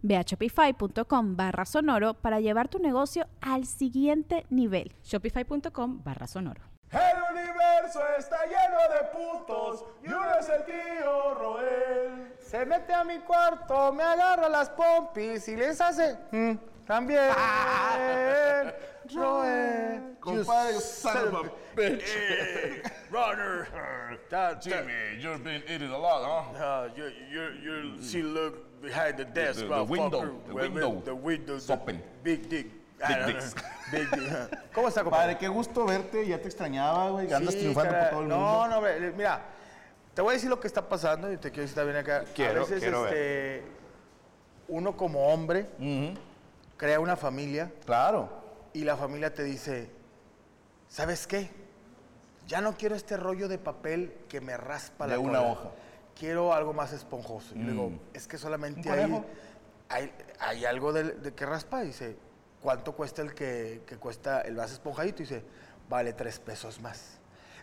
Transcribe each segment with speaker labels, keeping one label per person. Speaker 1: Ve a shopify.com barra sonoro para llevar tu negocio al siguiente nivel.
Speaker 2: Shopify.com barra sonoro.
Speaker 3: El universo está lleno de putos y uno es el tío Roel.
Speaker 4: Se mete a mi cuarto, me agarra las pompis y les hace... mm, también. Roel.
Speaker 3: Compadre, son of a bitch.
Speaker 5: Hey, Roger,
Speaker 4: That
Speaker 5: Jimmy, you've been eating a lot, huh?
Speaker 4: Uh, you, you, you, she look behind the desk.
Speaker 5: the
Speaker 4: motherfucker,
Speaker 5: window, the
Speaker 4: where
Speaker 5: window.
Speaker 4: The windows.
Speaker 5: It's open.
Speaker 4: Big dick. I don't
Speaker 5: dicks.
Speaker 4: know. Big dick. huh?
Speaker 3: ¿Cómo está, compadre? qué gusto verte, ya te extrañaba, güey. Andas
Speaker 4: Sí,
Speaker 3: triunfando por
Speaker 4: cara,
Speaker 3: todo el mundo.
Speaker 4: No, no, hombre, le- mira, te voy a decir lo que está pasando y te quiero decir también acá.
Speaker 5: Quiero,
Speaker 4: a veces,
Speaker 5: quiero ver.
Speaker 4: este, uno como hombre crea una familia
Speaker 3: Claro.
Speaker 4: y la familia te dice, ¿sabes qué? Ya no quiero este rollo de papel que me raspa la
Speaker 3: De una
Speaker 4: cola.
Speaker 3: hoja. Mm.
Speaker 4: Quiero algo más esponjoso. Y le digo, es que solamente hay,
Speaker 3: conejo?
Speaker 4: hay, hay algo del- de, que raspa. Dice, ¿cuánto cuesta el que, que cuesta el vaso esponjadito? Dice, vale tres pesos más.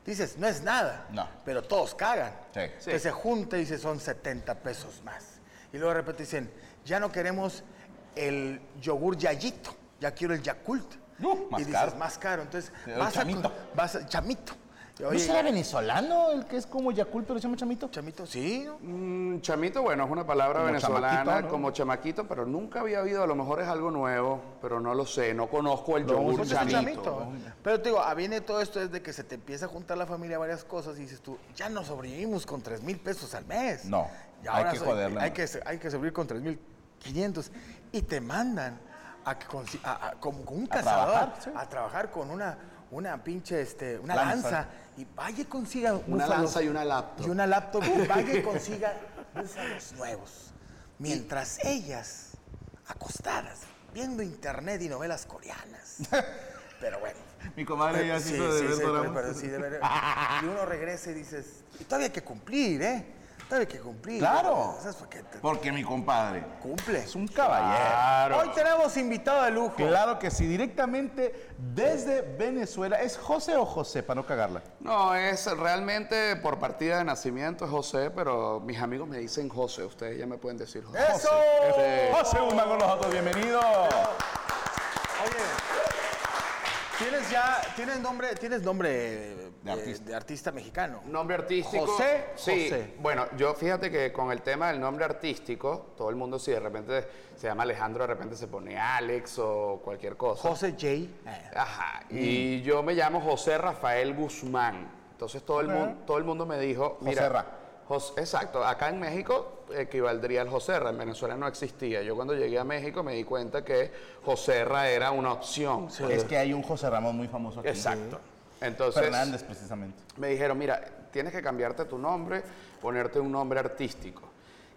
Speaker 4: Dices, no es nada,
Speaker 5: No.
Speaker 4: pero todos cagan.
Speaker 5: Sí. Sí.
Speaker 4: Que se junta y dice, son 70 pesos más. Y luego de repente dicen, ya no queremos el yogur yayito, ya quiero el Yakult.
Speaker 5: Uh, más
Speaker 4: y dices,
Speaker 5: caro.
Speaker 4: más caro. Entonces,
Speaker 5: El
Speaker 4: vas a,
Speaker 5: chamito.
Speaker 4: vas a- chamito. Y,
Speaker 3: ¿No
Speaker 4: oye,
Speaker 3: será venezolano el que es como Yakult, pero se llama chamito?
Speaker 4: chamito, sí. ¿no?
Speaker 6: Mm, chamito, bueno, es una palabra
Speaker 3: Como
Speaker 6: venezolana
Speaker 3: chamaquito, ¿no?
Speaker 6: como chamaquito, pero nunca había oído, a lo mejor es algo nuevo, pero no lo sé, no conozco el yogur
Speaker 4: Pues es un
Speaker 6: chamito.
Speaker 4: chamito. Pero te digo, ah, viene todo esto desde que se te empieza a juntar la familia varias cosas y dices tú, ya no sobrevivimos con 3 mil pesos al mes.
Speaker 5: No,
Speaker 4: Y
Speaker 5: hay
Speaker 4: ahora
Speaker 5: que
Speaker 4: so-
Speaker 5: joderle
Speaker 4: Hay
Speaker 5: más.
Speaker 4: que, se- hay que sobrevivir con 3 mil 500 y te mandan a, que consi- a- a- como con un
Speaker 5: A
Speaker 4: cazador
Speaker 5: trabajar, sí.
Speaker 4: a trabajar con una, una pinche, este, una lanza.
Speaker 5: Lanza.
Speaker 4: y vaya y consiga un
Speaker 6: Una
Speaker 4: búfalo.
Speaker 6: lanza y una laptop.
Speaker 4: Y una laptop y vaya y consiga búfalos nuevos. Mientras ellas, acostadas, viendo internet y novelas coreanas. Pero bueno.
Speaker 3: Mi comadre ya se
Speaker 4: sí, sí,
Speaker 3: hizo de
Speaker 4: sí,
Speaker 3: ver
Speaker 4: pero-
Speaker 3: doramos.
Speaker 4: pero sí, de ver- Y uno regresa y dices, "Y todavía hay que cumplir, ¿eh? Todavía hay que cumplir.
Speaker 5: Claro.
Speaker 4: ¿Sabes por qué te
Speaker 5: Porque mi compadre
Speaker 4: cumple?
Speaker 5: es un caballero.
Speaker 4: Hoy tenemos invitado de lujo.
Speaker 3: Claro que sí, directamente desde Venezuela. ¿Es José o José, para no cagarla?
Speaker 6: No, es realmente por partida de nacimiento es José, pero mis amigos me dicen José, ustedes ya me pueden decir José.
Speaker 3: ¡Eso! José Guzmán con nosotros, bienvenido.
Speaker 4: Oye, tienes ya, tienes nombre, tienes nombre eh, de,
Speaker 5: artista.
Speaker 4: de artista mexicano.
Speaker 6: Nombre artístico.
Speaker 4: José,
Speaker 6: Sí.
Speaker 4: José.
Speaker 6: Bueno, yo fíjate que con el tema del nombre artístico, todo el mundo si de repente se llama Alejandro, de repente se pone Alex o cualquier cosa.
Speaker 4: José J.
Speaker 6: Ajá. Y yo me llamo José Rafael Guzmán. Entonces todo el mundo, todo el mundo me dijo, mira,
Speaker 3: Joserra.
Speaker 6: Jos- exacto. Acá en México equivaldría al Joserra. En Venezuela no existía. Yo cuando llegué a México me di cuenta que Joserra era una opción.
Speaker 3: Es que hay un José Ramón muy famoso aquí.
Speaker 6: Exacto. Entonces
Speaker 3: Fernández, precisamente.
Speaker 6: me dijeron, mira, tienes que cambiarte tu nombre, ponerte un nombre artístico.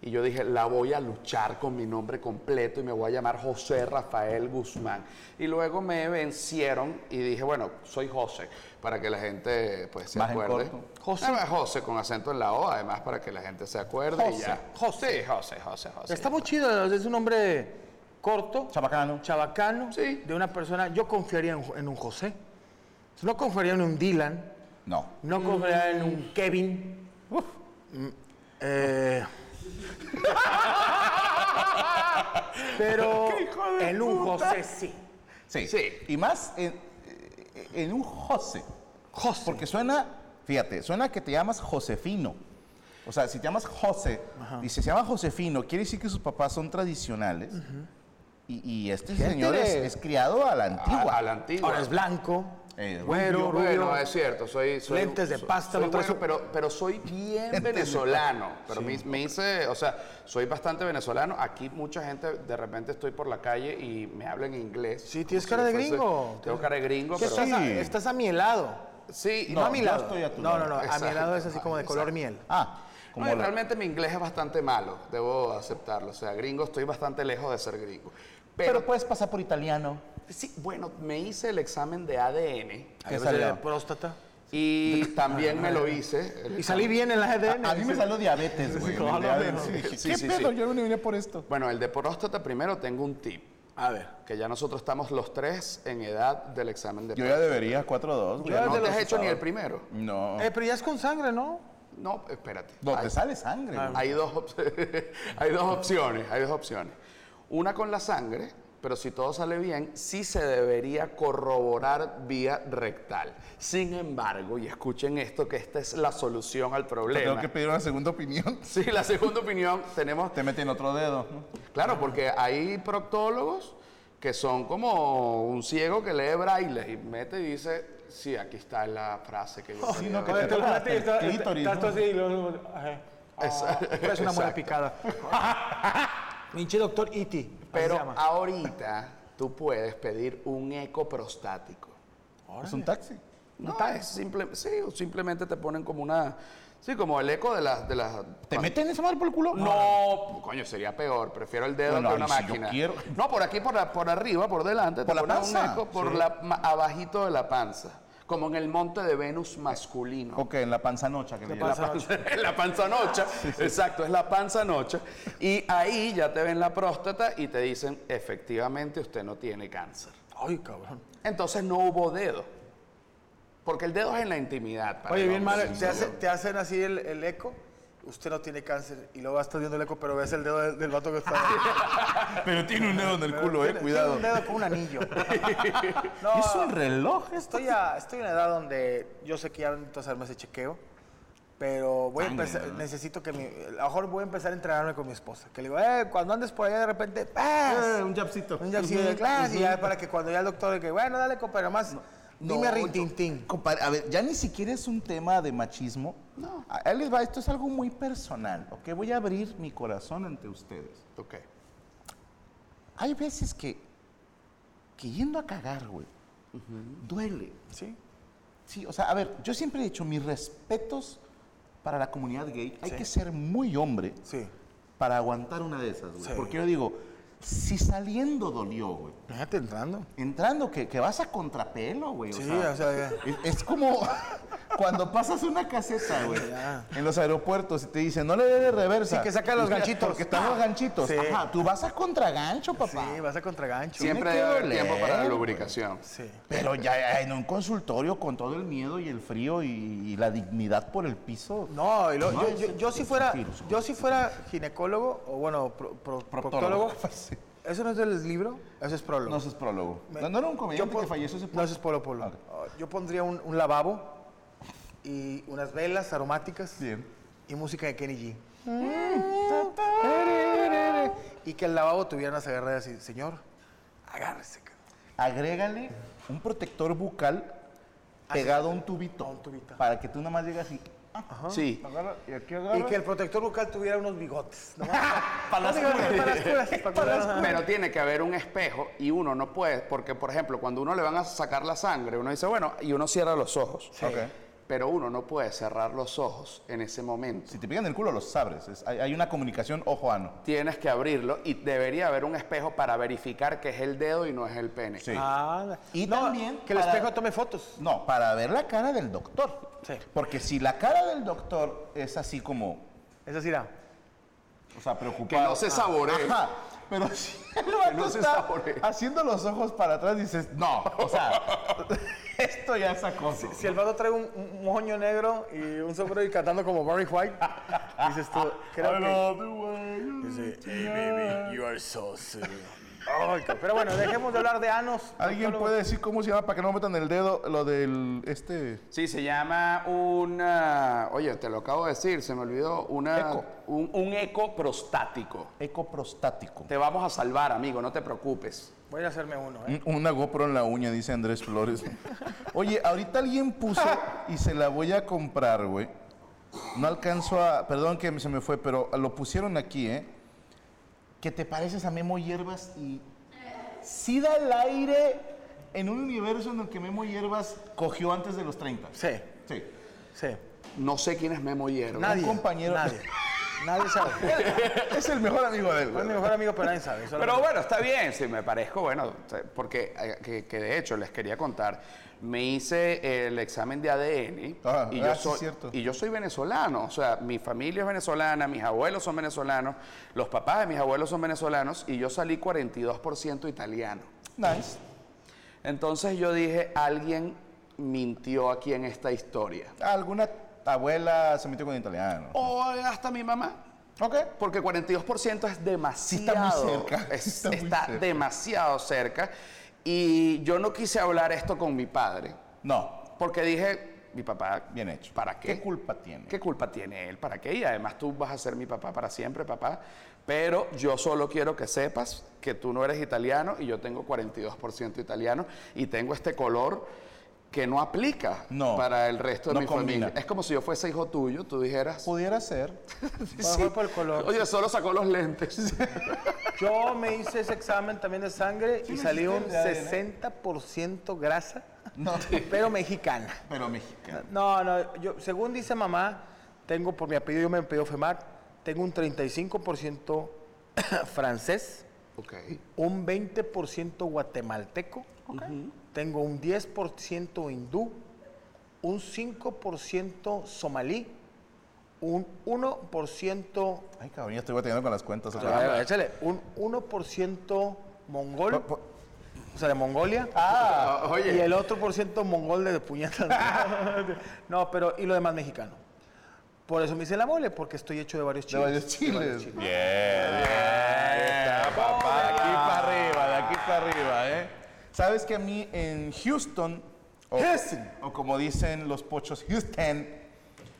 Speaker 6: Y yo dije, la voy a luchar con mi nombre completo y me voy a llamar José Rafael Guzmán. Y luego me vencieron y dije, bueno, soy José, para que la gente pues, se
Speaker 3: Más en
Speaker 6: acuerde.
Speaker 3: corto.
Speaker 6: José. José con acento en la O, además, para que la gente se acuerde. y
Speaker 4: José,
Speaker 6: ya.
Speaker 4: José.
Speaker 6: Sí, José, José, José.
Speaker 4: Está muy chido, es un hombre corto.
Speaker 3: Chabacano.
Speaker 4: Chabacano.
Speaker 6: Sí.
Speaker 4: De una persona, yo confiaría en, en un José. No confiaría en un Dylan.
Speaker 5: No.
Speaker 4: No confiaría en un Kevin. Mm, eh, pero en un José sí.
Speaker 3: Sí.
Speaker 6: Sí.
Speaker 3: Y más en, en un José.
Speaker 4: José.
Speaker 3: Porque suena, fíjate, suena que te llamas Josefino. O sea, si te llamas José y si se llama Josefino, quiere decir que sus papás son tradicionales. y, y este señor es,
Speaker 6: de-
Speaker 3: es criado a la
Speaker 6: A,
Speaker 3: antigua.
Speaker 6: a la antigua.
Speaker 4: Ahora es blanco.
Speaker 5: Eh,
Speaker 6: Bueno, bueno, es cierto, soy, soy-
Speaker 4: Lentes de
Speaker 6: so-
Speaker 4: pasta,
Speaker 6: soy
Speaker 4: no traes
Speaker 6: güero, pero, pero soy bien
Speaker 5: Lentes de
Speaker 6: venezolano. Pero me, me hice, o sea, soy bastante venezolano. Aquí mucha gente, de repente estoy por la calle y me habla en inglés.
Speaker 4: Sí,
Speaker 6: como
Speaker 4: tienes
Speaker 6: si
Speaker 4: cara de
Speaker 6: yo fuese-
Speaker 4: gringo.
Speaker 6: Tengo cara de gringo,
Speaker 4: ¿Qué
Speaker 6: pero
Speaker 4: estás, a, estás a mielado.
Speaker 6: sí,
Speaker 4: No,
Speaker 6: no,
Speaker 4: a mi
Speaker 5: yo
Speaker 4: lado.
Speaker 5: estoy a tu
Speaker 4: no,
Speaker 5: lado.
Speaker 4: no, no. A mi
Speaker 6: Exacto.
Speaker 4: lado es así como de
Speaker 6: Ah,
Speaker 4: color
Speaker 6: exacto.
Speaker 4: miel.
Speaker 5: Ah, como
Speaker 6: No, y
Speaker 5: la-
Speaker 6: realmente mi inglés es bastante malo, debo aceptarlo. O sea, gringo, estoy bastante lejos de ser gringo.
Speaker 5: Pero,
Speaker 6: Pero,
Speaker 5: puedes pasar por italiano.
Speaker 6: sí, bueno, me hice el examen de ADN
Speaker 4: A
Speaker 5: ¿Qué
Speaker 4: ver, de
Speaker 5: salió?
Speaker 4: próstata.
Speaker 6: y también me lo hice. el
Speaker 4: Y salí bien en la ADN.
Speaker 5: A, a mí me salió diabetes, güey.
Speaker 4: No,
Speaker 5: el
Speaker 4: no,
Speaker 5: diabetes.
Speaker 4: no.
Speaker 5: Sí,
Speaker 6: Sí,
Speaker 5: ¿Qué
Speaker 6: sí,
Speaker 5: pedo?
Speaker 6: sí.
Speaker 5: Yo no vine por esto.
Speaker 6: Bueno, el de próstata primero tengo un tip,
Speaker 4: A ver.
Speaker 6: que ya nosotros estamos los tres en edad del examen de
Speaker 5: Yo ya
Speaker 6: próstata.
Speaker 5: debería 4-2, güey.
Speaker 6: Yo no te has hecho
Speaker 5: asustado.
Speaker 6: ni el primero.
Speaker 5: No.
Speaker 4: Eh, pero ya es con sangre, ¿no?
Speaker 6: No, espérate.
Speaker 5: No,
Speaker 6: Hay-
Speaker 5: te sale sangre. güey.
Speaker 6: Ah, Hay dos, op- hay dos opciones, hay dos opciones. Una con la sangre, pero si todo sale bien, sí se debería corroborar vía rectal. Sin embargo, y escuchen esto, que esta es la solución al
Speaker 5: Te
Speaker 6: problema.
Speaker 5: tengo que pedir una segunda opinión.
Speaker 6: Sí, la segunda opinión tenemos,
Speaker 5: Te meten otro dedo. ¿no?
Speaker 6: claro, porque hay proctólogos que son como un ciego que lee braille y mete y dice, sí, aquí está la frase que yo
Speaker 4: Oh,
Speaker 5: Ay,
Speaker 6: quería
Speaker 5: no, que
Speaker 6: ver".
Speaker 7: Te
Speaker 5: te
Speaker 7: lo
Speaker 5: Claro,
Speaker 7: platico,
Speaker 5: el
Speaker 7: está-
Speaker 5: clítoris,
Speaker 7: estás
Speaker 5: ¿no?
Speaker 7: tú así y luego... ajá. Ah.
Speaker 6: Es-
Speaker 4: oh, Es una buena
Speaker 6: Exacto.
Speaker 4: picada. Minche doctor Iti. así
Speaker 6: Pero
Speaker 4: se llama.
Speaker 6: ahorita tú puedes pedir un eco prostático.
Speaker 5: Es un taxi.
Speaker 6: No, es simple, sí, o simplemente te ponen como una. Sí, como el eco de las. De las
Speaker 5: ¿Te meten esa madre por el culo?
Speaker 6: No, coño, sería peor. Prefiero el dedo
Speaker 5: Bueno,
Speaker 6: que una
Speaker 5: y si yo
Speaker 6: máquina.
Speaker 5: quiero-
Speaker 6: No, por aquí, por, la- por arriba, por delante,
Speaker 5: ¿Por
Speaker 6: te
Speaker 5: la
Speaker 6: ponen
Speaker 5: panza?
Speaker 6: un eco por la ma- abajito de la panza. Como en el monte de Venus masculino.
Speaker 5: Ok, en la panzanocha que le
Speaker 6: En la
Speaker 5: llaman.
Speaker 6: panza, en la panza nocha, exacto, es la panza nocha. Y ahí ya te ven la próstata y te dicen, efectivamente, usted no tiene cáncer.
Speaker 4: Ay, cabrón.
Speaker 6: Entonces no hubo dedo. Porque el dedo es en la intimidad. para
Speaker 4: Oye,
Speaker 6: el
Speaker 4: bien
Speaker 6: hombre,
Speaker 4: mal.
Speaker 6: sin
Speaker 4: Te, hace-
Speaker 6: duda.
Speaker 4: te hacen así el, el eco. Usted no tiene cáncer. Y luego estás viendo el eco, pero ves el dedo del, del vato que está.
Speaker 5: Pero tiene un dedo en el culo, eh.
Speaker 4: Tiene-
Speaker 5: Cuidado.
Speaker 4: Tiene un dedo con un anillo. No,
Speaker 5: Es un reloj esto.
Speaker 4: Estoy, a- estoy en una edad donde yo sé que ya necesito hacerme ese chequeo, pero voy a empezar, necesito que mi, a lo mejor voy a empezar a entrenarme con mi esposa. Que le digo, eh, cuando andes por allá de repente, ¡paz!
Speaker 5: Eh, un jabcito.
Speaker 4: Un jabcito de
Speaker 5: Ujú,
Speaker 4: clase, y ya
Speaker 5: ujú.
Speaker 4: para que cuando ya el doctor diga, bueno, dale, compa, nomás, dime
Speaker 5: No,
Speaker 4: rintintín.
Speaker 5: yo- compadre, a ver, ya ni siquiera es un tema de machismo. No. Ahí les va, esto es algo muy personal, ¿ok? Voy a abrir mi corazón ante ustedes.
Speaker 6: Ok.
Speaker 5: Hay veces que, que yendo a cagar, güey, duele. Sí. Sí, o sea, a ver, yo siempre he dicho mis respetos para la comunidad gay. Hay que ser muy hombre
Speaker 4: Sí.
Speaker 5: para aguantar una de esas, güey.
Speaker 4: Sí.
Speaker 5: Porque yo digo, si saliendo dolió, güey,
Speaker 4: Fíjate entrando.
Speaker 5: entrando, que, que vas a contrapelo, güey.
Speaker 4: Sí, o sea, ya.
Speaker 5: Es, es como cuando pasas una caseta, güey, en los aeropuertos y te dicen, no le dé de reversa.
Speaker 4: Sí, que saca los
Speaker 5: Mira,
Speaker 4: ganchitos.
Speaker 5: Porque están los ganchitos.
Speaker 4: Sí.
Speaker 5: Ajá, tú vas a contragancho, papá.
Speaker 4: Sí, vas a contragancho.
Speaker 6: Siempre
Speaker 5: que
Speaker 6: debe haber
Speaker 5: doler,
Speaker 6: tiempo para la
Speaker 5: güey.
Speaker 6: lubricación.
Speaker 4: Sí.
Speaker 5: Pero ya en un consultorio con todo el miedo y el frío y, y la dignidad por el piso.
Speaker 4: No, y lo-
Speaker 5: No,
Speaker 4: yo,
Speaker 5: es-
Speaker 4: yo- yo
Speaker 5: es-
Speaker 4: si
Speaker 5: es
Speaker 4: fuera,
Speaker 5: tranquilo.
Speaker 4: yo si fuera ginecólogo o bueno, pro- pro-
Speaker 5: Proctólogo. Pues
Speaker 4: proctólogo, pues, ¿eso no es del libro? Eso es prólogo.
Speaker 5: No, eso es prólogo.
Speaker 4: Me-
Speaker 5: no, no era un
Speaker 4: yo
Speaker 5: comediante
Speaker 4: pon-
Speaker 5: que falleció ese
Speaker 4: No, ese es Polo Polo.
Speaker 5: Ok.
Speaker 4: Ah, Yo pondría un, un lavabo y unas velas aromáticas
Speaker 5: Bien.
Speaker 4: y música de Kenny G. Mm. Y que el lavabo tuviera unas agarradas así, señor, agárrese, cabrón".
Speaker 5: Agrégale un protector bucal pegado a un tubito.
Speaker 4: Ah, A un tubito.
Speaker 5: Para que tú nada más llegas y... ah,
Speaker 6: Sí.
Speaker 5: agarra, y aquí
Speaker 4: Y
Speaker 5: agarra.
Speaker 4: que el protector bucal tuviera unos bigotes. nomás.
Speaker 5: Para las curas.
Speaker 4: Para las curas, para curar.
Speaker 6: Pero tiene que haber un espejo y uno no puede, porque por ejemplo, cuando uno le van a sacar la sangre, uno dice, bueno, y uno cierra los ojos.
Speaker 5: Ok.
Speaker 6: Pero uno no puede cerrar los ojos en ese momento.
Speaker 5: Si te pegan el culo, los sabres. Es- hay, hay una comunicación ojo-ano.
Speaker 6: Tienes que abrirlo y debería haber un espejo para verificar que es el dedo y no es el pene.
Speaker 5: Sí.
Speaker 4: Ah,
Speaker 5: Y
Speaker 4: no,
Speaker 5: también
Speaker 4: que el
Speaker 5: para-
Speaker 4: espejo tome fotos.
Speaker 5: No, para ver la cara del doctor.
Speaker 4: Sí.
Speaker 5: Porque si la cara del doctor es así como,
Speaker 4: Es así, era.
Speaker 5: o sea, preocupada.
Speaker 6: Que no se saboree.
Speaker 5: Ah. Ajá. Pero si el
Speaker 6: Que
Speaker 5: vato
Speaker 6: no se
Speaker 5: está
Speaker 6: saboree.
Speaker 5: haciendo los ojos para atrás, dices, no, o sea, esto ya es acoso.
Speaker 4: Si el vato trae un, un moño negro y un sombrero y cantando como Barry White, Dices tú, creo
Speaker 5: I
Speaker 4: que...
Speaker 5: love the way you
Speaker 4: Dice,
Speaker 5: look
Speaker 4: hey
Speaker 5: tonight".
Speaker 4: baby, you are so silly. Ay, ca- pero bueno, dejemos de hablar de anos.
Speaker 5: ¿Alguien
Speaker 4: doctólogo.
Speaker 5: puede decir cómo se llama para que no me metan el dedo lo del este?
Speaker 6: Sí, se llama una. Oye, te lo acabo de decir, se me olvidó. Una,
Speaker 3: Eco.
Speaker 6: Un, un eco prostático.
Speaker 3: Ecoprostático.
Speaker 6: Te vamos a salvar, amigo, no te preocupes.
Speaker 4: Voy a ir a hacerme uno, ¿eh?
Speaker 5: Un- Una GoPro en la uña, dice Andrés Flores. Oye, ahorita alguien puso y se la voy a comprar, güey. No alcanzo a. Perdón que se me fue, pero lo pusieron aquí, ¿eh?
Speaker 3: que te pareces a Memo Hierbas y sí da el aire en un universo en el que Memo Hierbas cogió antes de los 30.
Speaker 4: Sí,
Speaker 3: Sí.
Speaker 4: sí.
Speaker 6: No sé quién es Memo Hierro.
Speaker 4: Nadie.
Speaker 3: compañero-
Speaker 4: Nadie. Nadie sabe.
Speaker 5: Es el mejor amigo de él.
Speaker 4: Fue
Speaker 5: güey.
Speaker 4: mi mejor amigo, pero nadie sabe. solo-
Speaker 6: Pero bueno, está bien, si me parezco, bueno, te- porque eh, que, que de hecho les quería contar, me hice el examen de ADN
Speaker 5: Ah,
Speaker 6: y,
Speaker 5: ah,
Speaker 6: yo
Speaker 5: sí,
Speaker 6: soy,
Speaker 5: cierto.
Speaker 6: y yo soy venezolano, o sea, mi familia es venezolana, mis abuelos son venezolanos, los papás de mis abuelos son venezolanos y yo salí 42% italiano.
Speaker 3: Nice.
Speaker 6: Entonces yo dije, alguien mintió aquí en esta historia.
Speaker 5: Alguna abuela se metió con italiano.
Speaker 6: O hasta mi mamá.
Speaker 5: Ok.
Speaker 6: Porque 42% es demasiado.
Speaker 5: cerca,
Speaker 6: es-
Speaker 5: está
Speaker 6: está
Speaker 5: muy cerca.
Speaker 6: demasiado cerca. Y yo no quise hablar esto con mi padre.
Speaker 5: No,
Speaker 6: Porque dije, mi papá.
Speaker 5: bien hecho.
Speaker 6: ¿Para qué?
Speaker 5: ¿Qué culpa tiene?
Speaker 6: ¿Qué culpa tiene él? ¿Para qué? Y además tú vas a ser mi papá para siempre, papá. Pero yo solo quiero que sepas que tú no eres italiano y yo tengo 42% italiano y tengo este color que no aplica
Speaker 5: No,
Speaker 6: para el resto de
Speaker 5: no
Speaker 6: mi
Speaker 5: combina.
Speaker 6: familia. Es como si yo fuese hijo tuyo, tú dijeras.
Speaker 5: Pudiera ser.
Speaker 4: Bueno, fue por el color.
Speaker 6: Oye, solo sacó los lentes.
Speaker 4: Yo me hice ese examen también de sangre y salí un
Speaker 5: hiciste el de
Speaker 4: 60% grasa,
Speaker 5: No,
Speaker 4: pero mexicana.
Speaker 5: pero mexicano.
Speaker 4: No, no, yo, según dice mamá, tengo por mi apellido, yo me apellido Femar, tengo un 35% francés,
Speaker 6: ok.
Speaker 4: un 20% guatemalteco, tengo un 10% hindú, un 5% somalí, un 1%,
Speaker 5: Ay, cabrón, ya estoy batallando con las cuentas otra vez.
Speaker 4: Ah, échale, un 1% mongol,
Speaker 5: Por- por-
Speaker 4: o sea, de Mongolia.
Speaker 6: Ah,
Speaker 4: Y
Speaker 6: oye.
Speaker 4: el otro por ciento mongol de puñetas. no, pero y lo demás mexicano. Por eso me hice la mole, porque estoy hecho de varios
Speaker 5: De
Speaker 4: chiles.
Speaker 5: varios chiles. Bien,
Speaker 4: chiles.
Speaker 5: bien. Está, papá. De aquí para arriba, de aquí para arriba, ¿eh? Sabes que a mí en Houston, o,
Speaker 4: Houston.
Speaker 5: o como dicen los pochos, Houston,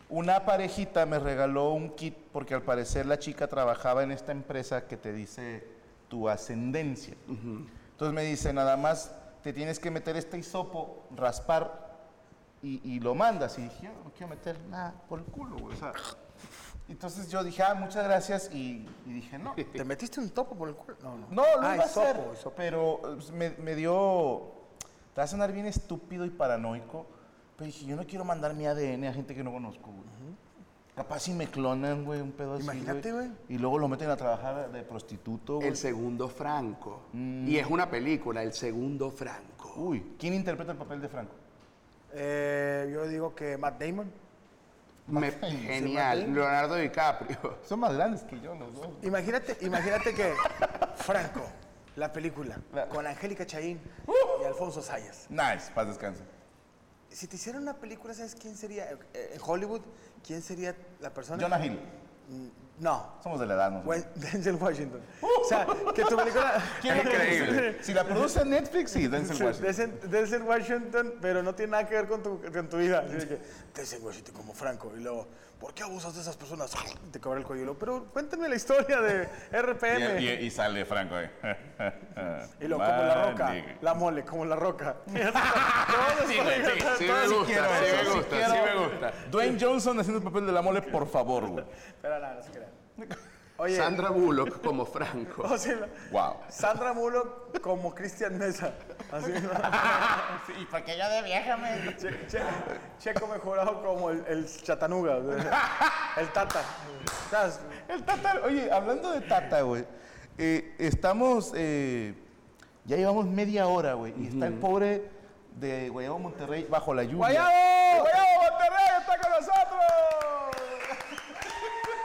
Speaker 5: una parejita me regaló un kit porque al parecer la chica trabajaba en esta empresa que te dice tu ascendencia. Entonces me dice, nada más te tienes que meter este hisopo, raspar y, y lo mandas. Y dije, yo no quiero meter nada por el culo, güey. O sea, entonces yo dije, ah, muchas gracias. Y, y dije, no.
Speaker 4: ¿Te metiste un topo por el culo? No, no.
Speaker 5: No, lo
Speaker 4: Ah,
Speaker 5: iba a
Speaker 4: hisopo,
Speaker 5: hacer,
Speaker 4: hisopo.
Speaker 5: pero eh, pues, me, me dio... Te vas a sonar bien estúpido y paranoico, pero dije, yo no quiero mandar mi ADN a gente que no conozco, güey. Capaz si me clonan, güey, un pedo así,
Speaker 4: Imagínate, güey.
Speaker 5: Y luego lo meten a trabajar de prostituto, güey.
Speaker 6: El segundo Franco.
Speaker 4: Mm.
Speaker 6: Y es una película, El segundo Franco.
Speaker 5: Uy, ¿quién interpreta el papel de Franco?
Speaker 4: Eh, yo digo que Matt Damon.
Speaker 6: Me- genial. Leonardo DiCaprio.
Speaker 5: Son más grandes que yo los dos.
Speaker 4: Imagínate, imagínate que Franco, la película, con Angélica Chaín
Speaker 5: ¡Uh!
Speaker 4: y Alfonso Sayas.
Speaker 5: Nice, paz descanse.
Speaker 4: Si te hicieran una película, ¿sabes quién sería? Eh, En Hollywood, ¿quién sería la persona?
Speaker 5: Jonah Hill.
Speaker 4: No,
Speaker 5: Somos de la edad, ¿no?
Speaker 4: Wen- Denzel Washington. O sea, que tu película.
Speaker 5: ¡Uh! ¿Quién la produce? Si la produce Netflix, sí, Denzel Washington.
Speaker 4: Denzel- Denzel Washington, pero no tiene nada que ver con tu, con tu vida. Así de que, Denzel Washington como Franco. Y luego, ¿por qué abusas de esas personas? Te cobra el cuello. Y luego, Pero cuéntame la historia de RPM. Y,
Speaker 5: sale Franco, eh.
Speaker 4: luego, como la roca.
Speaker 5: Mandiga.
Speaker 4: La mole, como la roca.
Speaker 6: Ah, Sí, sí me
Speaker 5: Sí
Speaker 6: gusta,
Speaker 5: quiero
Speaker 6: sí
Speaker 5: eso,
Speaker 6: me
Speaker 5: sí
Speaker 6: gusta,
Speaker 5: quiero.
Speaker 6: sí me gusta.
Speaker 5: Dwayne Johnson haciendo el papel de la mole, por favor, güey.
Speaker 4: Pero nada, no se crean. Oye,
Speaker 6: Sandra Bullock como Franco.
Speaker 4: o sea,
Speaker 5: Wow.
Speaker 4: Sandra Bullock como Cristian Mesa. Así, ¿no?
Speaker 5: Y para que yo de vieja me...
Speaker 4: Che- che- checo mejorado como el, el chatanuga. o sea, El tata. ¿Sabes?
Speaker 5: El Tata, oye, hablando de Tata, güey, eh, estamos, eh, ya llevamos media hora, güey, y está el pobre de Guayabo Monterrey bajo la lluvia.
Speaker 4: ¡Guayabo!
Speaker 5: ¡Guayabo Monterrey está con nosotros!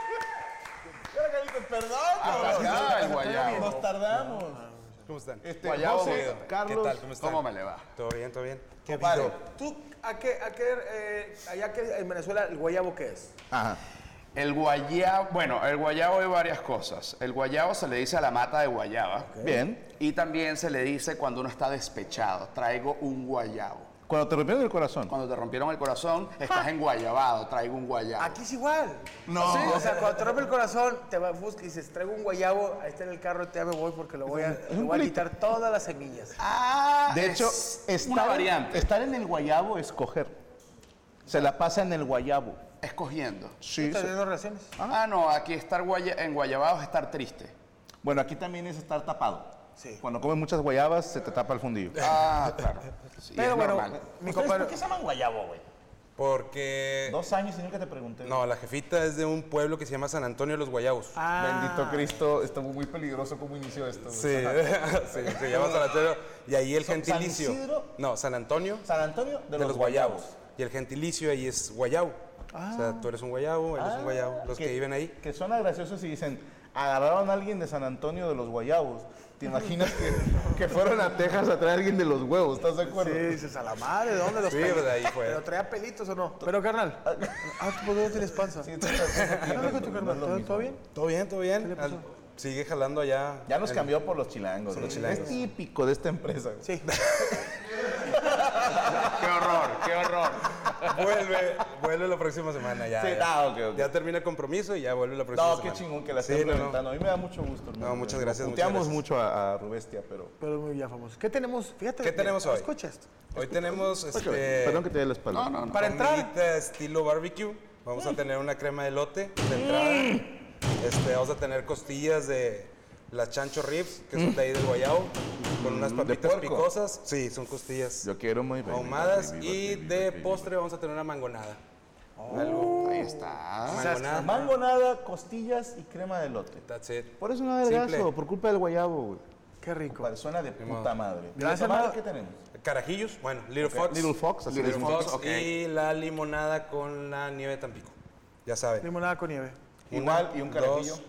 Speaker 5: Mira, Carlitos, perdón, cabrón.
Speaker 6: Ah, el guayabo.
Speaker 5: Nos tardamos.
Speaker 8: ¿Cómo están?
Speaker 5: Este,
Speaker 6: Guayabo,
Speaker 5: José,
Speaker 6: güey.
Speaker 5: Carlos,
Speaker 8: ¿Qué tal? ¿Cómo están?
Speaker 6: ¿Cómo me le va?
Speaker 8: ¿Todo bien? ¿Todo bien? ¿Qué
Speaker 5: compadre.
Speaker 8: video?
Speaker 4: ¿Tú a qué, a qué, eh, allá que en Venezuela el guayabo qué es?
Speaker 5: Ajá.
Speaker 6: El guayabo, bueno, el guayabo hay varias cosas. El guayabo se le dice a la mata de guayaba.
Speaker 5: Bien.
Speaker 6: Y también se le dice cuando uno está despechado, traigo un guayabo.
Speaker 5: Cuando te rompieron el corazón.
Speaker 6: Cuando te rompieron el corazón, estás enguayabado, traigo un guayabo.
Speaker 4: Aquí es igual.
Speaker 5: No.
Speaker 4: Sí, o sea, cuando te rompe el corazón, te vas, buscas y dices, traigo un guayabo, ahí está en el carro, te me voy porque lo voy a, le voy a quitar todas las semillas.
Speaker 6: Ah,
Speaker 5: De hecho,
Speaker 6: es
Speaker 5: estar,
Speaker 6: una variante.
Speaker 5: estar en el guayabo es coger. Se la pasa en el guayabo.
Speaker 6: Escogiendo.
Speaker 5: Sí.
Speaker 4: ¿Estás
Speaker 5: se-
Speaker 4: teniendo relaciones?
Speaker 6: Ah, no, aquí estar guaya- enguayabado es estar triste.
Speaker 5: Bueno, aquí también es estar tapado.
Speaker 4: Sí.
Speaker 5: Cuando comes muchas guayabas, se te tapa el fundillo.
Speaker 6: Ah, claro. Sí,
Speaker 4: Pero
Speaker 6: es
Speaker 4: bueno,
Speaker 6: normal.
Speaker 4: mi compadre...
Speaker 5: se llaman guayabo, güey?
Speaker 8: Porque.
Speaker 5: Dos años, señor, que te pregunté.
Speaker 8: No, la jefita es de un pueblo que se llama San Antonio de los Guayabos.
Speaker 5: Bendito Cristo, estuvo muy peligroso cómo inició esto. güey.
Speaker 8: Sí, sí, se llama San Antonio. Y ahí el
Speaker 5: San
Speaker 8: gentilicio.
Speaker 5: Isidro.
Speaker 8: No, San Antonio
Speaker 5: San Antonio de,
Speaker 8: de los Guayabos. Y el gentilicio ahí es Guayabo. O sea, tú eres un Guayabo, él
Speaker 5: Ah,
Speaker 8: es un Guayabo. Los que viven ahí.
Speaker 5: Que suena gracioso si dicen, agarraron a alguien de San Antonio de los Guayabos. ¿Te imaginas que, que fueron a Texas a traer a alguien de los huevos? ¿Estás de acuerdo?
Speaker 4: Sí, dices, a la madre, ¿de dónde los
Speaker 8: Sí,
Speaker 4: traes?
Speaker 8: pues, de ahí fue.
Speaker 4: ¿Pero traía pelitos o no? Pero, carnal, ah, ¿tú por qué no tienes panza?
Speaker 5: Sí, tú estás-
Speaker 4: ¿Qué onda con tu carnal? ¿Todo, todo bien?
Speaker 8: Todo bien, todo bien. Al- Sigue jalando allá.
Speaker 5: Ya nos
Speaker 8: El-
Speaker 5: cambió por los chilangos. güey. Es típico de esta empresa. güey.
Speaker 4: Sí.
Speaker 6: Qué horror, qué horror.
Speaker 8: Vuelve, vuelve la próxima semana ya.
Speaker 5: Sí,
Speaker 8: ya.
Speaker 5: ah, ok, ok.
Speaker 8: Ya termina el compromiso y ya vuelve la próxima
Speaker 5: No,
Speaker 8: semana.
Speaker 5: qué chingón que la
Speaker 8: Sí,
Speaker 5: estén
Speaker 8: no, no.
Speaker 5: reventando. A mí me da mucho gusto. hermano.
Speaker 8: muchas gracias, muchas
Speaker 5: Puteamos
Speaker 8: gracias.
Speaker 5: mucho a, a Rubestia, pero...
Speaker 4: Pero muy bien, famoso. ¿Qué tenemos? Fíjate.
Speaker 8: ¿Qué tenemos hoy?
Speaker 4: Escucha esto.
Speaker 8: Hoy tenemos este,
Speaker 5: Perdón que te dé la espalda.
Speaker 8: para entrar estilo barbecue. Vamos
Speaker 5: Mm.
Speaker 8: a tener una crema de elote de entrada. Este, vamos a tener costillas de las chancho ribs, que son de ahí del guayabo, con unas papitas
Speaker 5: Mm. puerco?
Speaker 8: picosas. Sí, son costillas
Speaker 5: Yo quiero muy bien.
Speaker 8: ahumadas y de postre vamos a tener una mangonada.
Speaker 6: Ahí está.
Speaker 8: Mangonada.
Speaker 5: Ah, Mango nada, costillas y crema de elote.
Speaker 8: That's it.
Speaker 5: Por eso no
Speaker 8: Simple.
Speaker 5: adelgazo, por culpa del guayabo, güey.
Speaker 4: Qué rico.
Speaker 5: Compadre, Suena de puta madre.
Speaker 4: Gracias,
Speaker 5: ¿Y la tomada
Speaker 4: hermano.
Speaker 5: ¿Qué tenemos?
Speaker 8: Carajillos, bueno, Little Fox.
Speaker 5: Little Fox, así
Speaker 8: Little
Speaker 5: le decimos.
Speaker 8: Fox y la limonada con la nieve de Tampico. Ya saben.
Speaker 4: Limonada con nieve.
Speaker 5: Igual y un carajillo.
Speaker 8: dos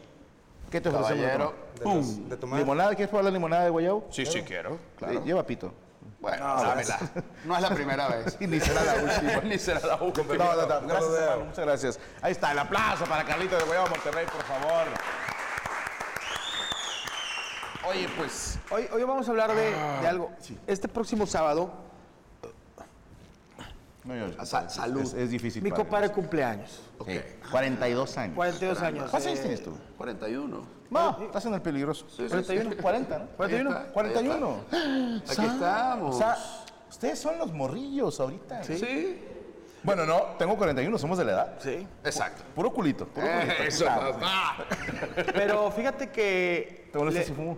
Speaker 5: ¿Qué te ofrecemos?
Speaker 6: Caballero.
Speaker 8: de, los- de tomar.
Speaker 5: ¿Limonada? ¿Quieres probar la limonada de guayabo?
Speaker 6: Sí, sí, quiero.
Speaker 5: Eh, Lleva pito.
Speaker 6: Bueno, dámela. No es la primera vez.
Speaker 5: Ni será la última.
Speaker 6: Ni será la última.
Speaker 5: No, no, no.
Speaker 8: no
Speaker 5: Gracias,
Speaker 8: lo veo.
Speaker 5: hermano. Muchas gracias. Ahí está, el aplauso para Carlitos de Guayabo Monterrey, por favor.
Speaker 6: Oye, pues,
Speaker 4: Hoy, hoy vamos a hablar de, de algo. Este próximo sábado,
Speaker 5: No llores,
Speaker 6: Ah, sal-
Speaker 5: compadre.
Speaker 6: salud.
Speaker 5: Es, es difícil.
Speaker 4: mi
Speaker 5: padre.
Speaker 4: compadre cumpleaños.
Speaker 5: Sí, 42 años.
Speaker 4: 42 Ah, años.
Speaker 5: ¿Cuántos años
Speaker 4: eh,
Speaker 5: tienes tú?
Speaker 6: 41. Eh,
Speaker 5: No, estás en el peligroso. 41, 40, ¿no?
Speaker 4: 41.
Speaker 6: Ahí está,
Speaker 5: 41.
Speaker 6: Aquí estamos.
Speaker 5: O sea, ustedes son los morrillos ahorita.
Speaker 6: sí.
Speaker 5: Bueno, no, tengo 41, somos de la edad.
Speaker 4: Sí.
Speaker 6: Exacto.
Speaker 5: Puro culito, puro
Speaker 6: Eh,
Speaker 5: culito.
Speaker 6: Eso,
Speaker 5: Claro.
Speaker 6: papá.
Speaker 4: Pero fíjate que.
Speaker 5: ¿Te molesta
Speaker 4: le-
Speaker 5: si fumo?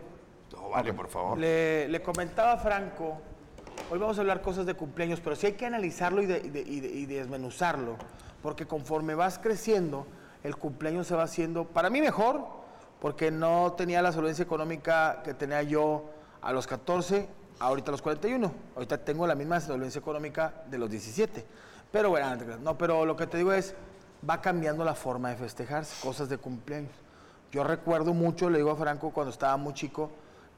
Speaker 6: No, vale, por favor.
Speaker 4: Le, le comentaba a Franco, hoy vamos a hablar cosas de cumpleaños, pero sí hay que analizarlo y, de- y de- y de- y desmenuzarlo, porque conforme vas creciendo, el cumpleaños se va haciendo, para mí mejor, porque no tenía la solvencia económica que tenía yo a los 14, ahorita a los 41, ahorita tengo la misma solvencia económica de los 17. Pero bueno, no te creas. no, pero lo que te digo es, va cambiando la forma de festejar cosas de cumpleaños. Yo recuerdo mucho, le digo a Franco cuando estaba muy chico,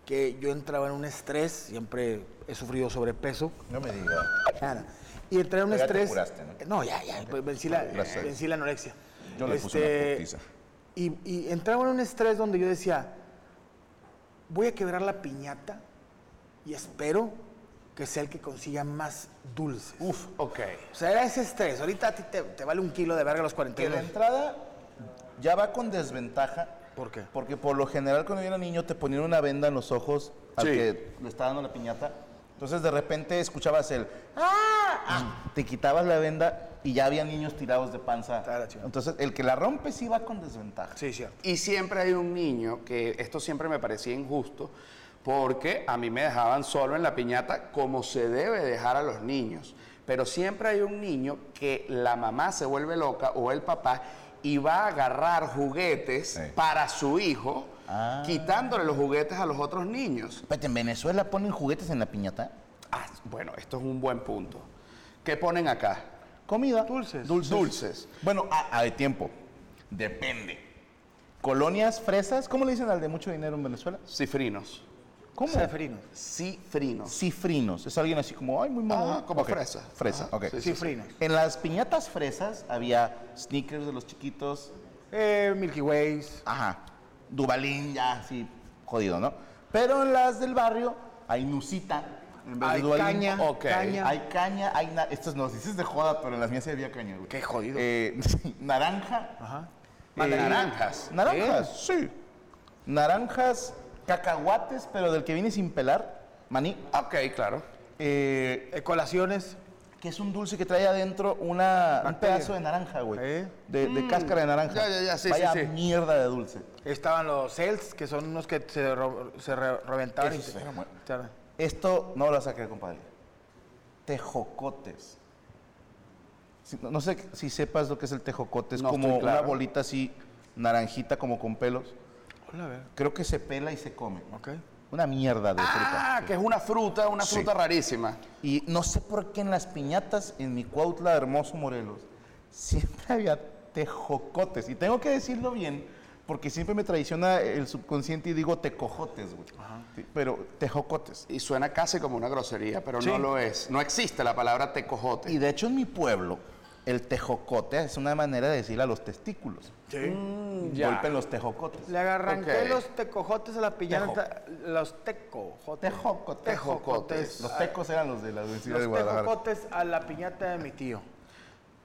Speaker 4: que yo entraba en un estrés, siempre he sufrido sobrepeso.
Speaker 5: No me digas.
Speaker 4: Cara. Y entré en un
Speaker 5: Pero ya te
Speaker 4: estrés.
Speaker 5: curaste, ¿no?
Speaker 4: ya, ya, pues, vencí la,
Speaker 5: Gracias.
Speaker 4: vencí la anorexia. Este,
Speaker 5: Yo le puse una putiza.
Speaker 4: Y, y entraba en un estrés donde yo decía, voy a quebrar la piñata y espero que sea el que consiga más dulces.
Speaker 6: Uf, ok.
Speaker 4: O sea, era ese estrés. Ahorita a ti te, te vale un kilo de verga a los
Speaker 5: Que de
Speaker 4: 42.
Speaker 5: entrada ya va con desventaja.
Speaker 4: ¿Por qué?
Speaker 5: Porque por lo general cuando yo era niño te ponían una venda en los ojos al
Speaker 6: Sí.
Speaker 5: que le estaba dando la piñata. Entonces de repente escuchabas el ¡Ah! ah",
Speaker 4: Mm.
Speaker 5: Te quitabas la venda y ya había niños tirados de panza.
Speaker 4: Está Ah, la chingada.
Speaker 5: Entonces el que la rompe sí va con desventaja.
Speaker 4: Sí, cierto.
Speaker 6: Y siempre hay un niño que esto siempre me parecía injusto porque a mí me dejaban solo en la piñata como se debe dejar a los niños. Pero siempre hay un niño que la mamá se vuelve loca o el papá y va a agarrar juguetes para su hijo,
Speaker 5: Ah.
Speaker 6: quitándole los juguetes a los otros niños.
Speaker 5: Espérate, ¿en Venezuela ponen juguetes en la piñata?
Speaker 6: Ah, bueno, esto es un buen punto. ¿Qué ponen acá?
Speaker 5: Comida.
Speaker 4: Dulces.
Speaker 5: Dulces.
Speaker 6: Dulces.
Speaker 5: Bueno, a, a de tiempo. Depende. Colonias, fresas. ¿Cómo le dicen al de mucho dinero en Venezuela?
Speaker 6: Cifrinos.
Speaker 5: ¿Cómo?
Speaker 4: Cefrino.
Speaker 6: Cifrinos.
Speaker 5: Cifrinos. Es alguien así como, ay, muy mamón.
Speaker 6: Ah, como
Speaker 5: Ok,
Speaker 6: fresa.
Speaker 5: Fresa,
Speaker 6: Ajá,
Speaker 5: ok.
Speaker 6: sí, sí.
Speaker 4: Cifrino.
Speaker 5: En las piñatas fresas había sneakers de los chiquitos,
Speaker 4: eh, Milky Ways.
Speaker 5: Ajá. Dubalín ya así jodido, ¿no? Pero en las del barrio hay nusita. En vez
Speaker 4: Hay
Speaker 5: de Dubalín.
Speaker 4: caña,
Speaker 5: Ok.
Speaker 4: caña.
Speaker 5: Hay caña, hay na- Estos nos dices de joda, pero en las mías sí había caña, güey.
Speaker 4: Qué jodido.
Speaker 5: Eh, sí, naranja.
Speaker 4: Ajá.
Speaker 5: eh,
Speaker 4: Mandarín.
Speaker 5: naranjas. Naranjas, sí. Naranjas, cacahuates, pero del que viene sin pelar. Maní.
Speaker 6: Ok, claro.
Speaker 5: Eh,
Speaker 4: Eh, colaciones.
Speaker 5: que es un dulce que trae adentro una, un
Speaker 4: Bacteria.
Speaker 5: pedazo de naranja, güey.
Speaker 4: ¿Eh?
Speaker 5: De, de cáscara de naranja.
Speaker 6: Mm. Ya, ya, ya, sí, sí,
Speaker 5: Vaya
Speaker 6: sí.
Speaker 5: mierda de dulce.
Speaker 4: Estaban los Cells, que son unos que se, ro- se re- reventaban.
Speaker 5: Esos
Speaker 4: y se-
Speaker 5: eran buenos.
Speaker 4: Claro.
Speaker 5: Esto no lo vas a creer, compadre. Tejocotes. Si- no, no sé si sepas lo que es el tejocote. Es
Speaker 6: No
Speaker 5: como
Speaker 6: estoy claro.
Speaker 5: una bolita así, naranjita, como con pelos.
Speaker 4: Hola, a ver.
Speaker 5: Creo que se pela y se come.
Speaker 4: Ok.
Speaker 5: Una mierda de fruta.
Speaker 6: Ah, que es una fruta, una
Speaker 5: Sí.
Speaker 6: fruta rarísima.
Speaker 5: Y no sé por qué en las piñatas, en mi Cuautla hermoso Morelos, siempre había tejocotes. Y tengo que decirlo bien, porque siempre me traiciona el subconsciente y digo tecojotes, güey. Sí, Pero tejocotes.
Speaker 6: Y suena casi como una grosería, pero
Speaker 4: Sí.
Speaker 6: no lo es. No existe la palabra tecojote.
Speaker 5: Y de hecho en mi pueblo, el tejocote es una manera de decir a los testículos.
Speaker 4: Mm,
Speaker 6: ya.
Speaker 5: Golpen los tejocotes.
Speaker 4: Le agarranqué
Speaker 6: Ok.
Speaker 4: los tecojotes a la piñata. Los tecojotes.
Speaker 5: Tejocotes.
Speaker 4: Tejocotes.
Speaker 5: Los tecos eran los de la Universidad de
Speaker 4: Los
Speaker 5: Guadalajara.
Speaker 4: tejocotes a la piñata de mi tío.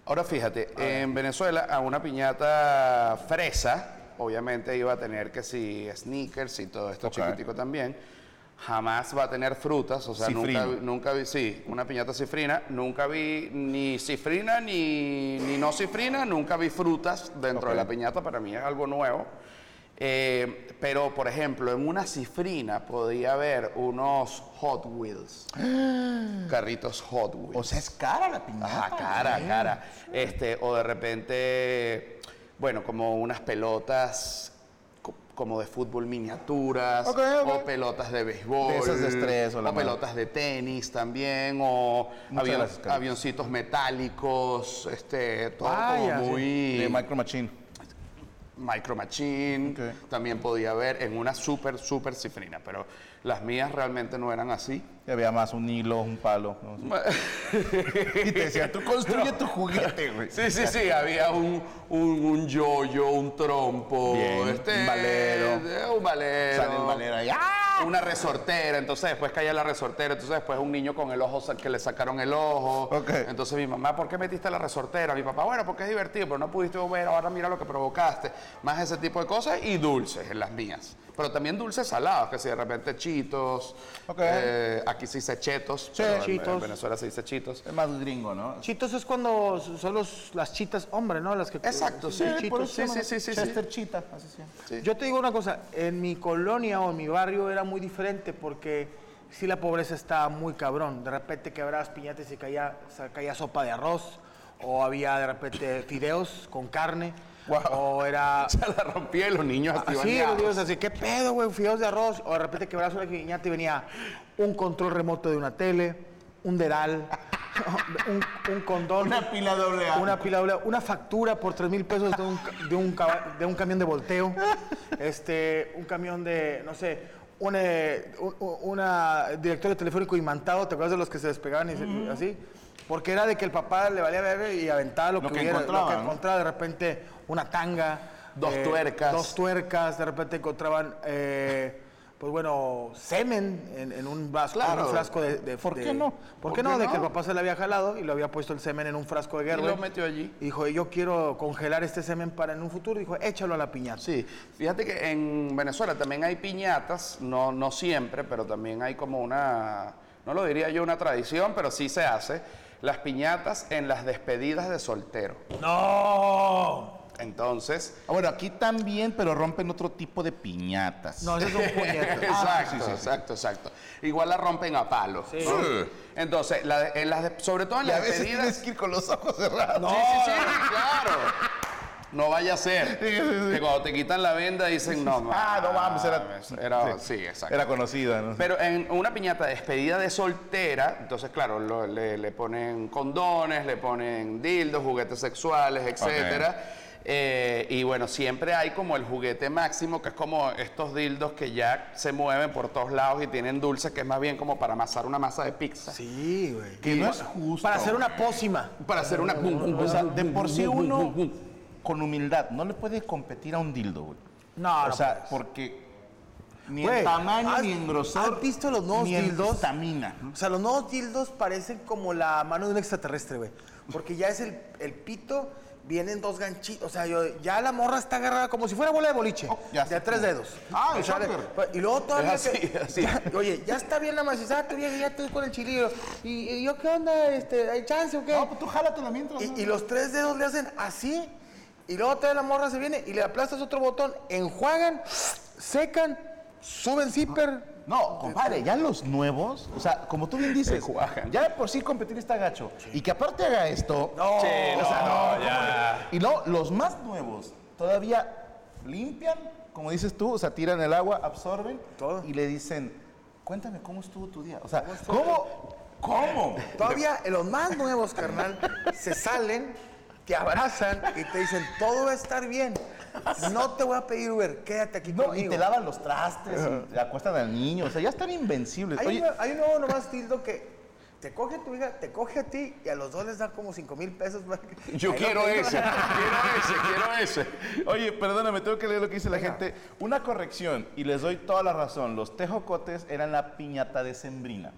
Speaker 6: Ahora fíjate, en Venezuela a una piñata fresa, obviamente iba a tener que si sneakers y todo esto
Speaker 5: Ok.
Speaker 6: chiquitico también. Jamás va a tener frutas, o sea, nunca,
Speaker 5: Cifrino.
Speaker 6: vi- nunca vi, sí, una piñata cifrina, nunca vi ni cifrina ni, ni no cifrina, nunca vi frutas dentro
Speaker 5: Ok.
Speaker 6: de la piñata, para mí es algo nuevo. Eh, pero, por ejemplo, en una cifrina podía haber unos Hot Wheels, carritos Hot Wheels.
Speaker 5: O sea, es cara la piñata.
Speaker 6: Ajá, Ah, cara,
Speaker 5: güey.
Speaker 6: cara. Este, o de repente, bueno, como unas pelotas co- como de fútbol miniaturas,
Speaker 5: Ok, ok.
Speaker 6: o pelotas de béisbol,
Speaker 5: De esas de estrés o
Speaker 6: o,
Speaker 5: la madre.
Speaker 6: pelotas de tenis también, o
Speaker 5: Muchas
Speaker 6: avion-
Speaker 5: gracias, Carlos.
Speaker 6: avioncitos metálicos, este, todo
Speaker 4: Vaya, sí.
Speaker 6: como muy
Speaker 5: Ah, De Micro Machine.
Speaker 6: Micro Machine,
Speaker 5: Ok.
Speaker 6: también podía haber en una súper, súper cifrina, pero las mías realmente no eran así.
Speaker 5: Y había más un hilo, un palo. ¿no? Y te decían, tú construye tu juguete, güey.
Speaker 6: Sí, sí, sí, había un, un, un yoyo, un trompo, este,
Speaker 5: Bien, un valero.
Speaker 6: eh, un valero.
Speaker 5: Sale el valero ahí. ¡Ah!
Speaker 6: Una resortera, entonces después caía la resortera, entonces después un niño con el ojo sa- que le sacaron el ojo.
Speaker 5: Ok.
Speaker 6: Entonces mi mamá, ¿por qué metiste la resortera? Mi papá, bueno, porque es divertido, pero no pudiste ver, ahora mira lo que provocaste. Más ese tipo de cosas y dulces en las mías. Pero también dulces salados, que si de repente chitos,
Speaker 5: Ok.
Speaker 6: eh, aquí se dice chetos, pero en- en
Speaker 4: Cheetos.
Speaker 6: Venezuela se dice chitos.
Speaker 5: Es más gringo, ¿no?
Speaker 4: Chitos es cuando son los, las chitas hombre, ¿no? Las que eh,
Speaker 6: Exacto, sí,
Speaker 4: Chitos.
Speaker 6: por eso se llama Chester
Speaker 5: Chita, así se llama.
Speaker 4: Yo te digo una cosa, en mi colonia o en mi barrio era muy diferente porque sí la pobreza estaba muy cabrón. De repente quebrabas piñates y caía, sa- caía sopa de arroz, o había de repente fideos con carne, o era...
Speaker 6: Se la rompía y los niños
Speaker 5: Ah,
Speaker 4: Así,
Speaker 6: así bañados.
Speaker 4: Ah, los
Speaker 5: pues,
Speaker 4: niños así, ¿qué pedo, güey? Fideos de arroz. O de repente quebrabas una piñata y venía un control remoto de una tele, un dedal, un, un condón.
Speaker 5: Una pila doble A.
Speaker 4: Una pila doble, una factura por 3 mil pesos de un, ca- de, un caba- de un camión de volteo, este, un camión de, no sé, un, eh, un- un- una directorio telefónico imantado, ¿te acuerdas de los que se despegaban y se- así? Porque era de que el papá le valía verga y aventaba lo,
Speaker 5: Lo que
Speaker 4: hubiera,
Speaker 5: encontraba,
Speaker 4: lo que
Speaker 5: ¿no?
Speaker 4: encontraba, de repente una tanga. eh,
Speaker 6: Dos tuercas.
Speaker 4: Dos tuercas, de repente encontraban, eh, pues bueno, semen en, en un vasco, en
Speaker 6: Claro.
Speaker 4: un frasco de, de-
Speaker 5: ¿Por
Speaker 4: de-
Speaker 5: qué no?
Speaker 4: ¿Por qué no? De que el papá se le había jalado y lo había puesto el semen en un frasco de
Speaker 6: Y
Speaker 4: guerra.
Speaker 6: lo metió allí.
Speaker 4: Y dijo, yo quiero congelar este semen para en un futuro. Dijo, échalo a la piñata.
Speaker 6: Sí, fíjate que en Venezuela también hay piñatas, no, no siempre, pero también hay como una, no lo diría yo una tradición, pero sí se hace, las piñatas en las despedidas de soltero.
Speaker 4: ¡No!
Speaker 6: Entonces,
Speaker 5: Ah, bueno, aquí también, pero rompen otro tipo de piñatas.
Speaker 4: No, ese es un puñetazo.
Speaker 6: exacto, exacto, exacto. Igual la rompen a palo. ¿no?
Speaker 5: Sí.
Speaker 6: Entonces, la de- en las de- sobre todo en
Speaker 5: Y a
Speaker 6: las
Speaker 5: veces
Speaker 6: despedidas...
Speaker 5: tienes que ir con los ojos cerrados.
Speaker 6: Sí, sí, sí, claro. No vaya a ser. Que cuando te quitan la venda dicen, no,
Speaker 5: Ah, no vamos, era...
Speaker 6: mames, era- sí, exacto.
Speaker 5: Era conocida, ¿no?
Speaker 6: Pero en una piñata de despedida de soltera, entonces, claro, lo- le, le ponen condones, le ponen dildos, juguetes sexuales, etcétera. Eh, y bueno, siempre hay como el juguete máximo, que es como estos dildos que ya se mueven por todos lados y tienen dulces, que es más bien como para amasar una masa de pizza.
Speaker 4: Sí, güey.
Speaker 5: que no es justo.
Speaker 4: Para hacer una pócima.
Speaker 6: Para hacer una...
Speaker 5: O sea, de por sí uno, con humildad, no le puede competir a un dildo, güey.
Speaker 4: No,
Speaker 5: O
Speaker 4: no
Speaker 5: sea,
Speaker 4: puedes.
Speaker 5: porque ni
Speaker 4: Güey,
Speaker 5: en tamaño,
Speaker 4: ¿has-
Speaker 5: ni en grosor.
Speaker 4: has visto los nuevos
Speaker 5: ni en
Speaker 4: dildos?
Speaker 5: estamina.
Speaker 4: O sea, los nuevos dildos parecen como la mano de un extraterrestre, güey. Porque ya es el, el pito, vienen dos ganchitos. O sea, yo- ya la morra está agarrada como si fuera bola de boliche.
Speaker 5: Oh, ya
Speaker 4: de a
Speaker 5: sé.
Speaker 4: tres dedos.
Speaker 5: Ah,
Speaker 4: O
Speaker 5: el
Speaker 4: sea, le-
Speaker 5: soccer.
Speaker 4: Y luego todavía.
Speaker 6: Es así,
Speaker 4: que-
Speaker 6: así.
Speaker 4: ya- oye, ya está bien la macizada, tú ya estoy con el chilillo. ¿Y, y yo qué onda? Este, ¿Hay chance o qué?
Speaker 5: No, pues tú jálatela mientras. ¿no?
Speaker 4: Y, y los tres dedos le hacen así. Y luego todavía la morra se viene y le aplastas otro botón. Enjuagan, secan, suben zipper.
Speaker 5: No, compadre, ya los nuevos, o sea, como tú bien dices,
Speaker 6: Enjuagan.
Speaker 5: ya de por sí competir está gacho. Y que aparte haga esto.
Speaker 4: No,
Speaker 5: o sea, no, ¿cómo
Speaker 6: ya.
Speaker 5: que? Y no, los más nuevos todavía limpian, como dices tú, o sea, tiran el agua, absorben
Speaker 4: Todo.
Speaker 5: y le dicen, cuéntame cómo estuvo tu día. O sea, ¿cómo? ¿Cómo?
Speaker 4: Todavía los más nuevos, carnal, se salen, te abrazan y te dicen, todo va a estar bien. No te voy a pedir Uber, quédate aquí
Speaker 5: No,
Speaker 4: conmigo.
Speaker 5: y te lavan los trastes, y te acuestan al niño, o sea, ya están invencibles.
Speaker 4: hay,
Speaker 5: Oye,
Speaker 4: un, hay un nuevo nomás tildo que te coge a tu hija, te coge a ti y a los dos les da como 5 mil pesos. para que-
Speaker 6: Yo
Speaker 4: Ahí lo
Speaker 6: quiero
Speaker 4: tengo.
Speaker 6: ese, quiero ese, quiero ese.
Speaker 5: Oye, perdóname, tengo que leer lo que dice la gente. Una corrección, y les doy toda la razón. Los tejocotes eran la piñata decembrina,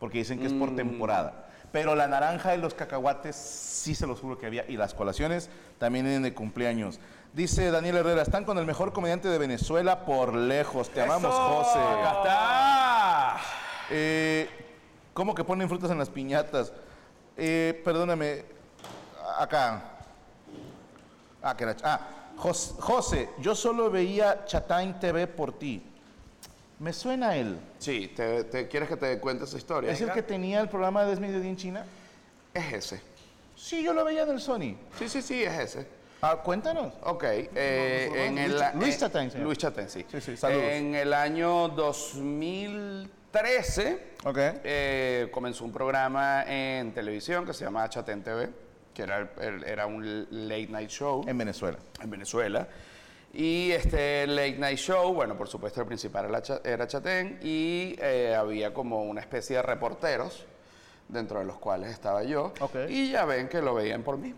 Speaker 5: porque dicen que es
Speaker 6: Mm.
Speaker 5: por temporada. Pero la naranja y los cacahuates sí se los juro que había, y las colaciones también en de cumpleaños. Dice Daniel Herrera, están con el mejor comediante de Venezuela por lejos. Te amamos, José.
Speaker 6: Acá está.
Speaker 5: Eh, ¿Cómo que ponen frutas en las piñatas? Eh, perdóname, a- acá. Ah, que la ch- ah, Jos- José, yo solo veía Chatain TV por ti. Me suena él.
Speaker 6: Sí, te, te- ¿quieres que te cuente esa historia?
Speaker 5: ¿Es el que tenía el programa de Es Mediodía en China?
Speaker 6: Es ese.
Speaker 5: Sí, yo lo veía en el Sony.
Speaker 6: Sí, sí, sí, es ese.
Speaker 5: Ah, cuéntanos.
Speaker 6: Ok, eh,
Speaker 5: no,
Speaker 6: en
Speaker 5: Luis
Speaker 6: el
Speaker 5: Cha-
Speaker 6: a-
Speaker 5: Luis
Speaker 6: eh,
Speaker 5: Chatén, señor.
Speaker 6: Luis Chatén, sí.
Speaker 5: Sí, sí, saludos.
Speaker 6: En el año 2013
Speaker 5: Ok.
Speaker 6: eh, comenzó un programa en televisión que se llamaba Chatén TV, que era, el- el- era un late night show
Speaker 5: En Venezuela.
Speaker 6: en Venezuela. Y este Late Night Show, bueno, por supuesto el principal era, Cha- era Chatén y eh, había como una especie de reporteros dentro de los cuales estaba yo.
Speaker 5: Ok.
Speaker 6: Y ya ven que lo veían por mí.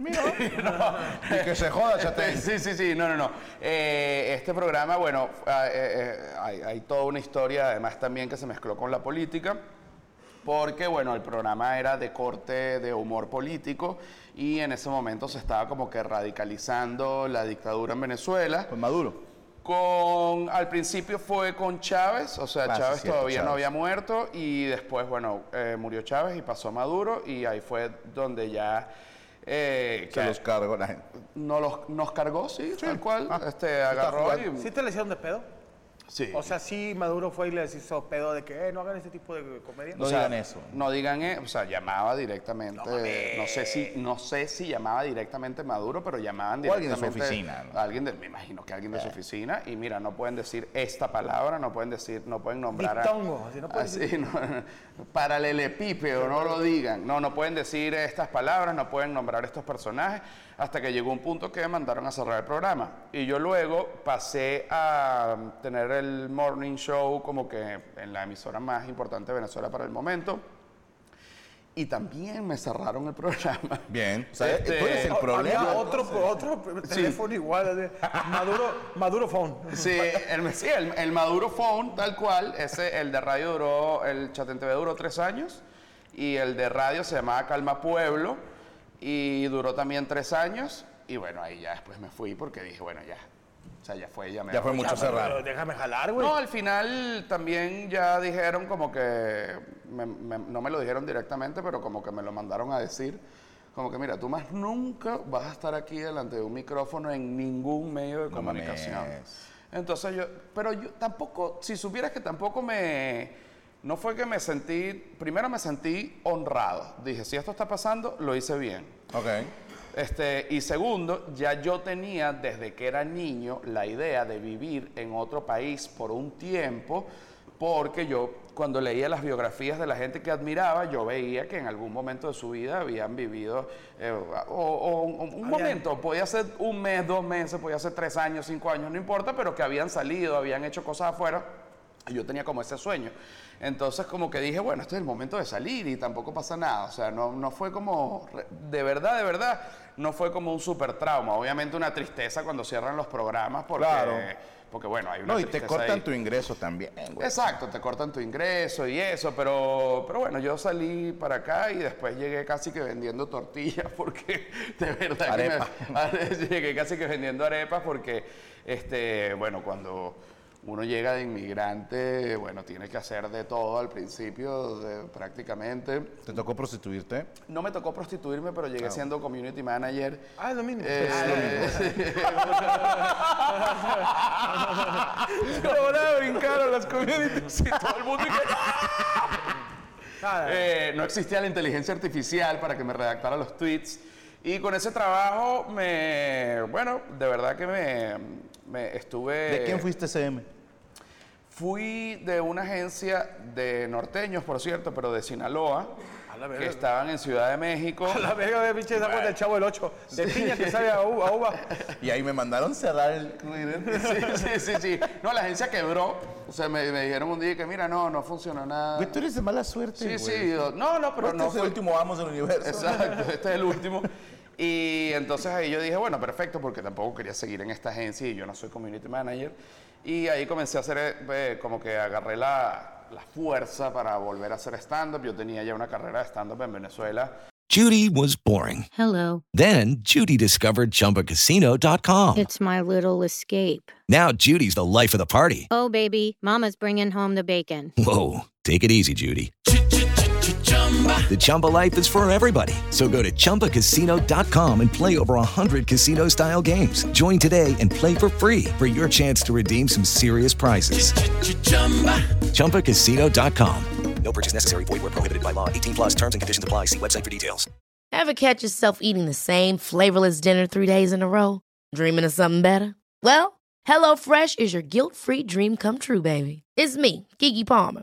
Speaker 5: Y que se joda Chatain.
Speaker 6: Sí, sí, sí, no, no, no. Eh, este programa, bueno, ah, eh, eh, hay, hay toda una historia además también que se mezcló con la política. Porque, bueno, el programa era de corte de humor político y en ese momento se estaba como que radicalizando la dictadura en Venezuela.
Speaker 5: Con Pues Maduro.
Speaker 6: Con, al principio fue con Chávez, o sea,
Speaker 5: Ah, sí,
Speaker 6: Chávez
Speaker 5: cierto,
Speaker 6: todavía no
Speaker 5: Chávez.
Speaker 6: había muerto y después, bueno, eh, murió Chávez y pasó a Maduro y ahí fue donde ya... eh,
Speaker 5: Se
Speaker 6: que-
Speaker 5: los cargo la gente.
Speaker 6: no los, nos cargó, sí, tal cual. este, agarró
Speaker 5: jugando.
Speaker 6: y...
Speaker 4: ¿Sí te le hicieron de pedo?
Speaker 6: sí.
Speaker 4: O sea, sí Maduro fue y les hizo pedo de que eh, no hagan ese tipo de comedia.
Speaker 5: No
Speaker 6: O sea,
Speaker 5: digan eso.
Speaker 6: No digan eso. O sea, llamaba directamente. No, sé si, no sé si llamaba directamente Maduro, pero llamaban
Speaker 5: O alguien de
Speaker 6: directamente.
Speaker 5: su oficina, ¿no? Eh.
Speaker 6: Alguien de, me imagino que alguien de su oficina. Y mira, no pueden decir esta palabra, no pueden decir, no pueden nombrar. a-
Speaker 4: Diptongo, así no pueden
Speaker 6: así, no, paralelepípedo, no lo digan. No, no pueden decir estas palabras, no pueden nombrar estos personajes. Hasta que llegó un punto que me mandaron a cerrar el programa. Y yo luego pasé a um, tener el morning show como que en la emisora más importante de Venezuela para el momento. Y también me cerraron el programa.
Speaker 5: Bien. O sea,
Speaker 6: Este,
Speaker 5: tú eres el
Speaker 4: O- había
Speaker 5: problema.
Speaker 4: Otro, otro teléfono igual, de Maduro, Maduro Phone.
Speaker 6: Sí, el, sí, el- el Maduro Phone, tal cual. Ese, el de radio duró, el Chat en TV duró tres años. Y el de radio se llamaba Calma Pueblo. Y duró también tres años. Y bueno, ahí ya después me fui porque dije, bueno, ya. O sea, ya fue, ya me
Speaker 5: Ya fue mucho cerrado.
Speaker 4: Pero déjame jalar, güey.
Speaker 6: No, al final también ya dijeron como que, me- me- no me lo dijeron directamente, pero como que me lo mandaron a decir, como que mira, tú más nunca vas a estar aquí delante de un micrófono en ningún medio de comunicación.
Speaker 5: mames.
Speaker 6: Entonces yo, pero yo tampoco, si supieras que tampoco me, no fue que me sentí, primero me sentí honrado. Dije, si esto está pasando, lo hice bien.
Speaker 5: Ok.
Speaker 6: Este, y segundo, ya yo tenía desde que era niño la idea de vivir en otro país por un tiempo, porque yo cuando leía las biografías de la gente que admiraba, yo veía que en algún momento de su vida habían vivido, eh, o, o un, un momento, podía ser un mes, dos meses, podía ser tres años, cinco años, no importa, pero que habían salido, habían hecho cosas afuera. Y Yo tenía como ese sueño. Entonces como que dije, bueno, este es el momento de salir y tampoco pasa nada. O sea, no, no fue como, re- de verdad, de verdad, no fue como un super trauma. Obviamente una tristeza cuando cierran los programas porque,
Speaker 5: Claro.
Speaker 6: porque bueno, hay una
Speaker 5: No, y te
Speaker 6: tristeza
Speaker 5: cortan
Speaker 6: ahí.
Speaker 5: tu ingreso también, güey.
Speaker 6: Exacto, te cortan tu ingreso y eso, pero, pero bueno, yo salí para acá y después llegué casi que vendiendo tortillas porque de verdad que me- Ah, llegué casi que vendiendo arepas porque, este, bueno, cuando uno llega de inmigrante, bueno, tiene que hacer de todo al principio, de- prácticamente.
Speaker 5: ¿Te tocó prostituirte?
Speaker 6: No me tocó prostituirme, pero llegué siendo community manager.
Speaker 4: Ah, es lo mismo.
Speaker 6: Eh,
Speaker 4: Ah,
Speaker 6: Lo van a brincar a las communities y todo el mundo. "Ah".
Speaker 4: nada.
Speaker 6: Eh, no existía la inteligencia artificial para que me redactara los tweets. Y con ese trabajo me. Bueno, de verdad que me, me estuve.
Speaker 5: ¿De quién fuiste CM?
Speaker 6: Fui de una agencia de norteños, por cierto, pero de Sinaloa.
Speaker 4: A la verga.
Speaker 6: que estaban en Ciudad de México.
Speaker 4: A la verga de pinches aguas
Speaker 6: Bueno.
Speaker 4: del chavo del 8. De piña que sabe a uva. a uva.
Speaker 5: Y ahí me mandaron cerrar el Twitter.
Speaker 6: Sí, sí, sí, sí. No, la agencia quebró. O sea, me, me dijeron un día que, mira, no, no funcionó nada.
Speaker 5: Güey, tú eres de mala suerte,
Speaker 6: Sí,
Speaker 5: güey.
Speaker 6: sí. yo- No, no, pero
Speaker 5: Pero
Speaker 6: no
Speaker 5: Este es el
Speaker 6: fue-
Speaker 5: último amos del universo.
Speaker 6: Exacto, este es el último. Y entonces ahí yo dije, bueno, perfecto, porque tampoco quería seguir en esta agencia y yo no soy community manager. Y ahí comencé a hacer, eh, eh, como que agarré la, la fuerza para volver a hacer stand-up. Yo tenía ya una carrera de stand-up en Venezuela.
Speaker 9: Judy was boring.
Speaker 10: Hello,
Speaker 9: Then Judy discovered ChumbaCasino.com.
Speaker 10: it's my little escape.
Speaker 9: Now Judy's the life of the party.
Speaker 10: Oh, baby, Mama's bringing home the bacon.
Speaker 9: Whoa, take it easy, Judy. The Chumba life is for everybody. So go to ChumbaCasino.com and play over 100 casino style games. Join today and play for free for your chance to redeem some serious prizes. ChumbaCasino.com. No purchase necessary. Void where prohibited by law. 18 plus terms and conditions apply. See website for details.
Speaker 11: Ever catch yourself eating the same flavorless dinner three days in a row? Dreaming of something better? Well, HelloFresh is your guilt free dream come true, baby. It's me, Kiki Palmer.